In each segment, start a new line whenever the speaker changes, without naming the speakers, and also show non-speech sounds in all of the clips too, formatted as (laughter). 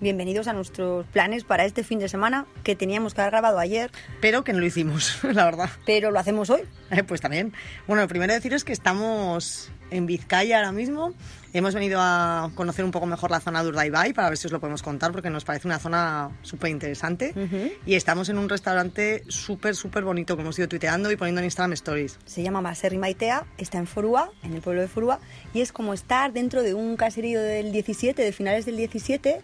Bienvenidos a nuestros planes para este fin de semana que teníamos que haber grabado ayer,
Pero que no lo hicimos, (laughs) la verdad.
pero lo hacemos hoy.
Eh, Pues también. Bueno, lo primero deciros que estamos en Vizcaya ahora mismo. Hemos venido a conocer un poco mejor la zona de Urdaibai para ver si os lo podemos contar porque nos parece una zona súper interesante.
Ujú.
Y estamos en un restaurante súper, súper bonito que hemos ido tuiteando y poniendo en Instagram Stories. (laughs)
Se llama Maserri Maitea, está en Forúa, en el pueblo de Forúa, y es como estar dentro de un caserío del 17, de finales del 17,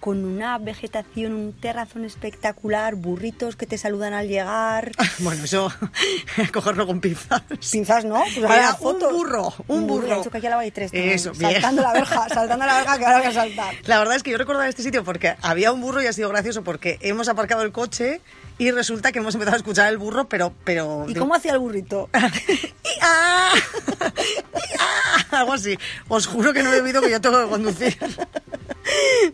con una vegetación, un terrazón espectacular, burritos que te saludan al llegar.
Bueno, eso, (laughs) cogerlo con pinzas.
Pinzas, ¿no? Pues ahora
Era
las fotos.
un burro, un burro.
Ya he dicho que aquí a la hay tres. ¿no?
Eso, bien.
saltando la verja, saltando la verja que ahora voy a
(laughs)
saltar.
La verdad es que yo recordaba este sitio porque había un burro y ha sido gracioso porque hemos aparcado el coche y resulta que hemos empezado a escuchar el burro, pero... pero
¿Y cómo hacía el burrito?
¡Y- ah! ¡Y- ah! Algo así. Os juro que no he bebido que yo tengo que conducir.
(laughs)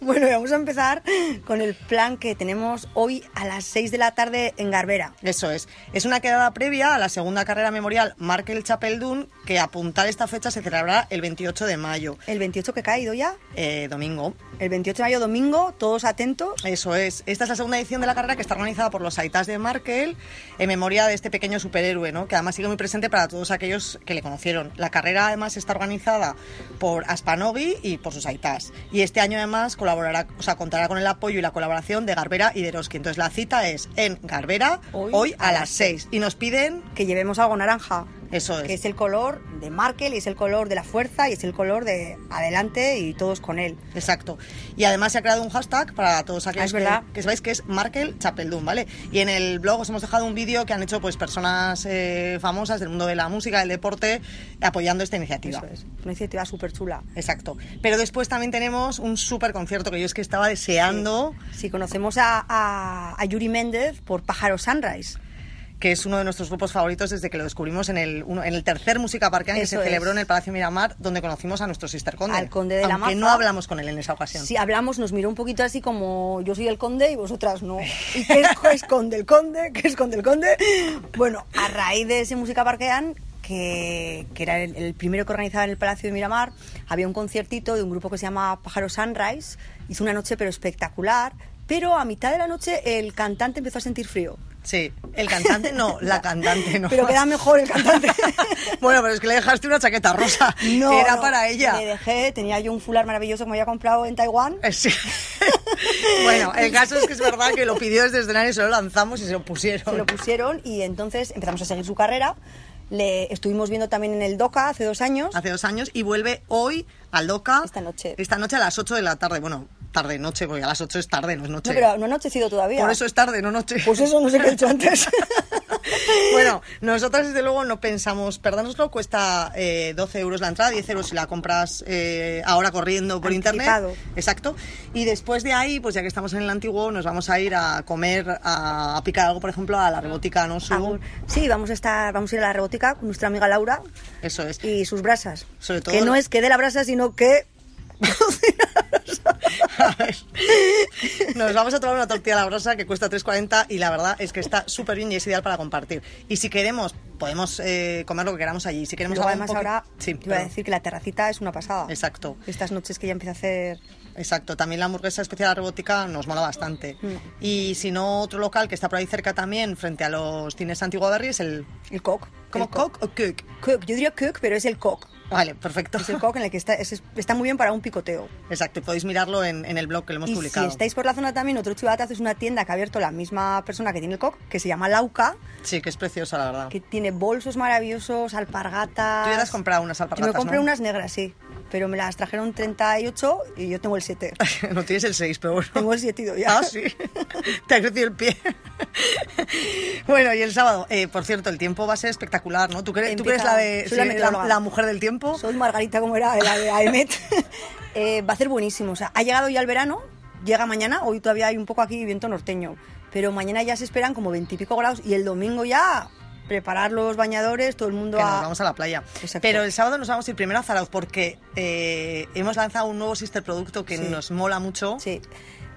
Bueno, vamos a empezar con el plan que tenemos hoy a las 6 de la tarde en Garbera.
Eso es. Es una quedada previa a la segunda carrera memorial Markel Chapeldun que apuntar esta fecha se celebrará el 28 de mayo,
El 28 que ha caído ya,
eh, domingo.
el 28 de mayo domingo, todos atentos.
Eso es. Esta es la segunda edición de la carrera que está organizada por los Aitas de Markel en memoria de este pequeño superhéroe, ¿no? que además sigue muy presente para todos aquellos que le conocieron. La carrera además está organizada por Aspanovi y por sus Aitas. Y este año además colaborará, o sea, contará con el apoyo y la colaboración de Garbera y de Eroski. Entonces la cita es en Garbera
Hoy
hoy, a las 6 y nos piden
Que llevemos algo naranja,
eso
que
es.
es el color de Markel y es el color de la fuerza y es el color de adelante y todos con él.
Exacto. Y además se ha creado un hashtag para todos aquellos
Ah, Es
que-
verdad.
que, sabéis que es Markel Chapeldun, ¿vale? Y en el blog os hemos dejado un vídeo que han hecho pues personas eh, famosas del mundo de la música, del deporte, apoyando esta iniciativa.
Eso es, una iniciativa súper chula.
Exacto. Pero después también tenemos un súper concierto que yo es que estaba deseando,
Eh, Si conocemos a, a- a Yuri Méndez por Pájaro Sunrise.
que es uno de nuestros grupos favoritos desde que lo descubrimos en el, uno- en el tercer Música Parquean que
Eso
se celebró
es.
en el Palacio Miramar, donde conocimos a nuestro sister conde.
Al conde de la
aunque
Maza.
no hablamos con él en esa ocasión.
Si hablamos, nos miró un poquito así como yo soy el conde y vosotras no. ¿Y qué es- qué esconde el conde? ¿Qué esconde el conde? Bueno, a raíz de ese Música Parquean, que, que era el, el primero que organizaba en el Palacio de Miramar, había un conciertito de un grupo que se llama Pájaro Sunrise. Hizo una noche pero espectacular. Pero a mitad de la noche el cantante empezó a sentir frío.
Sí, el cantante no,
(laughs)
la cantante no.
Pero queda mejor el
(laughs)
cantante.
bueno, pero es que le dejaste una chaqueta rosa.
(laughs) No,
Era
no,
para ella.
Le dejé, tenía yo un fular maravilloso que me había comprado en Taiwán.
Eh, sí. (laughs) bueno, el caso es que es verdad que lo pidió desde escenario y se lo lanzamos y se lo pusieron.
se lo pusieron y entonces empezamos a seguir su carrera. Le estuvimos viendo también en el DOCA hace dos años.
Hace dos años y vuelve hoy a Loca.
Esta noche.
Esta noche a las 8 de la tarde. Bueno, tarde-noche, porque a las 8 es tarde, no es noche.
No, pero no ha anochecido todavía.
Por eso es tarde, no noche.
Pues eso no sé qué he dicho
(laughs)
antes.
Bueno, nosotras desde luego no pensamos, perdónoslo, cuesta eh, 12 euros la entrada, 10 euros si la compras eh, ahora corriendo por
Anticipado.
internet. Exacto. Y después de ahí, pues ya que estamos en el antiguo, nos vamos a ir a comer, a, a picar algo, por ejemplo, a la rebotica, ¿no? Su-
Aún- Sí, vamos a estar, vamos a ir a la rebotica con nuestra amiga Laura
Eso es.
y sus brasas.
Sobre todo
que no
lo-
es que dé la brasa, sino que
A ver. Nos vamos a tomar una tortilla a la brasa que cuesta 3,40 y la verdad es que está súper bien y es ideal para compartir. Y si queremos, podemos eh, comer lo que queramos allí. Si queremos
luego
algo
además
un poqui-
ahora
Sí,
te iba a
perdón.
decir que la terracita es una pasada.
Exacto.
Estas noches que ya empieza a hacer
Exacto, también la hamburguesa especial robótica nos mola bastante.
Mm.
Y si no, otro local que está por ahí cerca también, frente a los cines Antigua Berry, es el...
el cock.
¿Cómo
El cock.
Cook o Cook?
Cook, Yo diría cook, pero es el cock.
Vale, perfecto.
Es el cock en el que está, es- está muy bien para un picoteo.
(laughs) Exacto, y podéis mirarlo en, en el blog que lo hemos
Y si
publicado.
estáis por la zona también, otro chivatazo es una tienda que ha abierto la misma persona que tiene el COC, que se llama Lauca,
Sí, que es preciosa, la verdad.
que tiene bolsos maravillosos, alpargatas.
Tú hubieras comprado unas
Yo
alpargatas,
me compré
¿no?
unas negras, sí, pero me las trajeron 38 y yo tengo el
(laughs)
7.
(laughs) no tienes el 6, pero bueno.
tengo el 7 ido ya.
Ah, sí. (laughs) Te ha crecido el pie. (laughs) bueno, y el sábado, eh, por cierto, el tiempo va a ser espectacular, ¿no? ¿Tú, crees, tú
Empieza-
crees la de
soy la
sí,
meteoróloga.
la mujer del
(laughs)
tiempo?
Soy Margarita, como era la de AEMET. (laughs) Eh, va a ser buenísimo. O sea, ha llegado ya el verano, llega mañana. Hoy todavía hay un poco aquí viento norteño. Pero mañana ya se esperan como veintipico grados y el domingo ya preparar los bañadores, todo el mundo
que
a...
nos vamos a la playa.
Exacto.
Pero el sábado nos vamos a ir primero a Zarauz porque eh, hemos lanzado un nuevo sister producto que
Sí.
nos mola mucho.
Sí.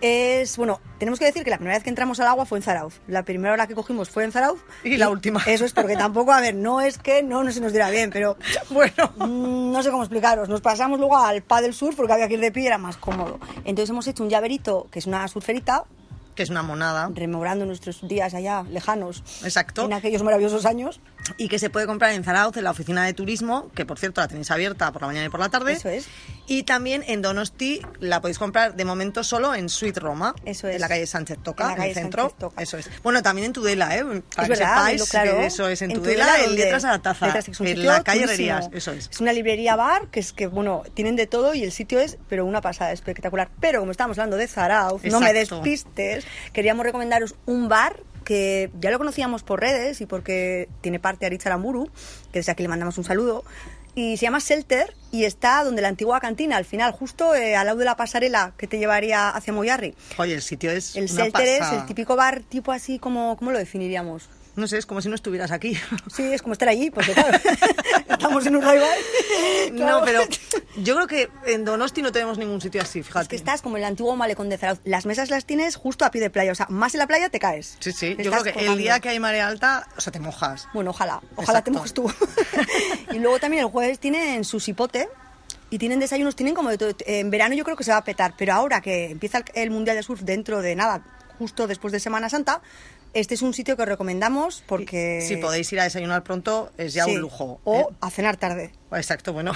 Es, bueno, tenemos que decir que la primera vez que entramos al agua fue en Zarauz. La primera hora que cogimos fue en Zarauz.
Y la última.
Eso es porque tampoco, a ver, no es que no, no se nos diera bien,
(laughs)
pero
(laughs) Bueno.
mm, no sé cómo explicaros. Nos pasamos luego al pa del sur porque había que ir de pie y era más cómodo. Entonces hemos hecho un llaverito, que es una surferita,
Que es una monada.
rememorando nuestros días allá lejanos.
Exacto.
En aquellos maravillosos años.
Y que se puede comprar en Zarauz, en la oficina de turismo, que por cierto la tenéis abierta por la mañana y por la tarde.
Eso es.
Y también en Donosti la podéis comprar de momento solo en Suite Roma.
Eso
En
es.
la calle Sánchez Toca,
En la
en,
calle
el centro.
Sánchez Toca.
Eso es. Bueno, también en Tudela, ¿eh? Para
es
que
verdad,
sepáis
Bildu, claro.
que eso es en,
Tudela,
Tudela, en
donde-
Letras a la Taza.
Letras, que es un
en
sitio
la calle
chulísimo.
Herrerías. Eso es.
Es una librería bar que es que, bueno, tienen de todo y el sitio es, pero una pasada, espectacular. Pero como estábamos hablando de Zarauz, no me
Exacto.
despistes, queríamos recomendaros un bar que ya lo conocíamos por redes y porque tiene parte Aritz Aramburu, que desde aquí le mandamos un saludo. Y se llama Shelter y está donde la antigua cantina, al final, justo eh, al lado de la pasarela que te llevaría hacia Moyarri.
Oye, el sitio es
El
una
Shelter es
pasada.
el típico bar tipo así como, ¿cómo lo definiríamos?
No sé, es como si no
(laughs)
estuvieras aquí.
Sí, es como estar allí, porque claro, (laughs) estamos en un
(laughs)
rival.
No, pero yo creo que en Donosti no tenemos ningún sitio así, fíjate.
Es que estás como en el antiguo malecón de Zarauz. Las mesas las tienes justo a pie de playa. O sea, más en la playa te caes.
Sí, sí.
Te
Yo
estás
creo que el
colgando.
día que hay marea alta, o sea, te mojas.
Bueno, ojalá. Ojalá te mojes
Exacto.
tú. (laughs) y luego también el jueves tienen su sipote. Y tienen desayunos, tienen como de todo. En verano yo creo que se va a petar. Pero ahora que empieza el, el Mundial de Surf dentro de nada, justo después de Semana Santa, este es un sitio que recomendamos porque...
Si podéis ir a desayunar pronto, es ya
Sí.
un lujo.
O a cenar tarde.
¿eh?
(laughs)
Exacto, bueno.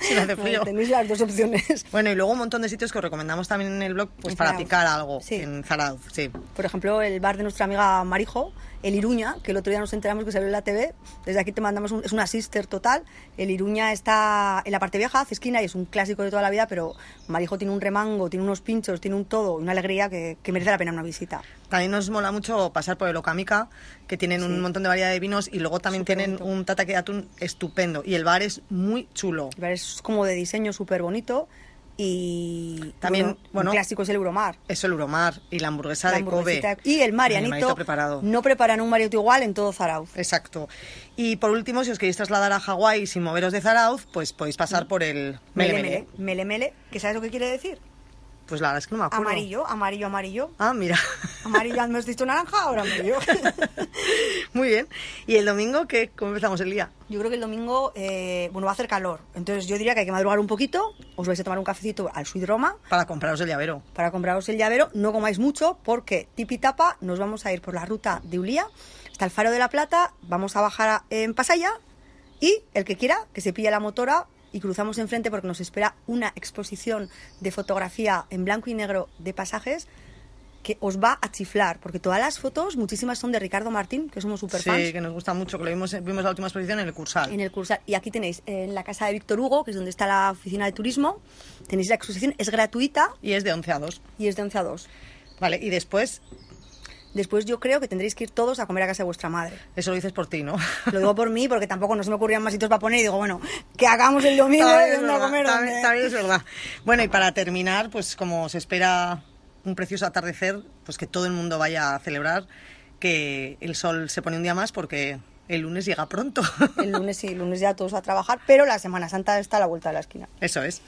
si no (laughs) hace
Bueno,
frío.
tenéis las dos opciones.
Bueno, y luego un montón de sitios que os recomendamos también en el blog pues
En
para
Zarauz.
picar algo
Sí.
en Zarauz, sí.
Por ejemplo, el bar de nuestra amiga Marijo, el Iruña, que el otro día nos enteramos que salió en la TV. Desde aquí te mandamos, un- es una sister total. El Iruña está en la parte vieja, hace esquina y es un clásico de toda la vida, pero Marijo tiene un remango, tiene unos pinchos, tiene un todo, una alegría que, que merece la pena una visita.
También nos mola mucho pasar por el Okamica, que tienen un montón de variedad de vinos y luego también
Súper
tienen
bonito.
un tataki de atún estupendo y el bar es muy chulo.
El bar es como de diseño súper bonito y
También, bueno,
un clásico es el Euromar.
Es el Euromar y la hamburguesa
la
de Kobe.
hamburguesita. y el Marianito
Marianito preparado.
no preparan un Marianito igual en todo Zarauz.
Exacto. Y por último, si os queréis trasladar a Hawái sin moveros de Zarauz, pues podéis pasar por el Mele
Mm. Mele mele,
Mele.
mele mele, que sabes lo que quiere decir?
Pues la verdad es que no me acuerdo.
Amarillo, amarillo, amarillo.
Ah, mira. (laughs)
Amarillo, ya me has dicho naranja, ahora amarillo.
Muy bien. ¿Y el domingo qué? ¿Cómo empezamos el día?
(laughs) Yo creo que el domingo, eh, bueno, va a hacer calor. Entonces yo diría que hay que madrugar un poquito. Os vais a tomar un cafecito al Sweet Roma
Para compraros el llavero.
para compraros el llavero. No comáis mucho porque tipi tapa nos vamos a ir por la ruta de Ulía hasta el Faro de la Plata. Vamos a bajar a- en Pasaya y el que quiera que se pille la motora y cruzamos enfrente porque nos espera una exposición de fotografía en blanco y negro de pasajes que os va a chiflar, porque todas las fotos, muchísimas son de Ricardo Martín, que somos
Sí,
superfans.
que nos gusta mucho, que lo vimos, vimos la última exposición en el Cursal.
En el Cursal. Y aquí tenéis eh, en la casa de Víctor Hugo, que es donde está la oficina de turismo, tenéis la exposición, es gratuita
Y es de 11 a 2.
y es de 11 a 2.
Vale, y después,
Después yo creo que tendréis que ir todos a comer a casa de vuestra madre.
eso lo dices por ti, ¿no? (laughs)
Lo digo por mí, porque tampoco nos me ocurrían más sitios para poner y digo, bueno, que hagamos (laughs) el domingo
También
y
es
dónde a
verdad,
comer
también-
dónde.
también es verdad. Bueno, y para terminar, pues como se espera un precioso atardecer, pues que todo el mundo vaya a celebrar que el sol se pone un día más porque el lunes llega pronto. (laughs)
El lunes sí, el lunes ya todos a trabajar, pero la Semana Santa está a la vuelta de la esquina.
Eso es.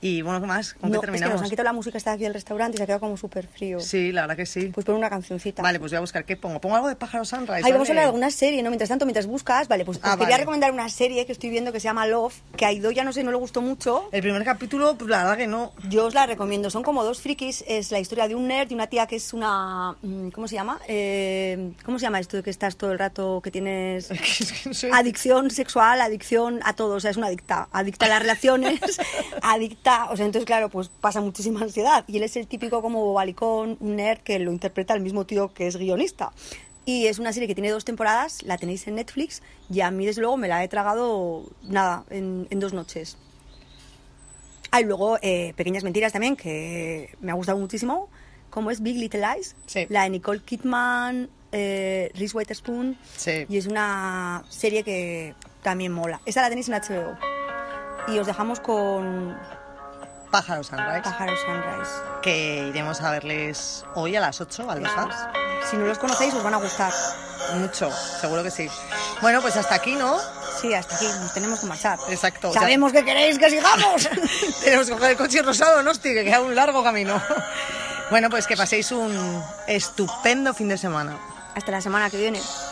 Y bueno, ¿qué más? ¿Con
No, es
qué
que nos
terminamos?
han quitado la música, está aquí el restaurante y se ha quedado como súper frío.
Sí, la verdad que sí.
Pues pon una cancioncita.
Vale, pues voy a buscar qué pongo. Pongo algo de pájaro sunrise.
Ay, vamos a
¿vale?
hablar de alguna serie, ¿no? Mientras tanto, mientras buscas, vale, pues
Ah,
os quería
vale.
recomendar una serie que estoy viendo que se llama Love, que a Ido ya no sé, no le gustó mucho.
El primer capítulo, pues la verdad que no. (laughs)
Yo os la recomiendo, son como dos frikis, es la historia de un nerd y una tía que es una... mm, ¿Cómo se llama? Eh, ¿Cómo se llama esto de que estás todo el rato, que tienes...
Es que no sé.
Adicción sexual, adicción a todo, o sea, es una adicta, adicta a las relaciones, adicta, o sea, entonces claro, pues pasa muchísima ansiedad y él es el típico como bobalicón, un nerd que lo interpreta el mismo tío que es guionista. Y es una serie que tiene dos temporadas, la tenéis en Netflix y a mí desde luego me la he tragado nada, en, en dos noches. Ah, y luego eh, Pequeñas Mentiras también, que me ha gustado muchísimo, como es Big Little Lies,
Sí.
la de Nicole Kidman, eh, Reese Witherspoon,
Sí.
y es una serie que también mola. Esa la tenéis en HBO. Y os dejamos con
Pájaro sunrise.
Pájaro Sunrise.
Que iremos a verles hoy a las 8 al Bejar.
Si no los conocéis, os van a gustar.
Mucho, seguro que sí. Bueno, pues hasta aquí, ¿no? (laughs)
Sí, hasta aquí, nos tenemos que marchar.
Exacto. ya-
Sabemos que queréis que sigamos. (laughs)
Tenemos que coger el coche rosado, ¿no? Hostia, que queda un largo camino. (laughs) Bueno, pues que paséis un estupendo fin de semana.
hasta la semana que viene.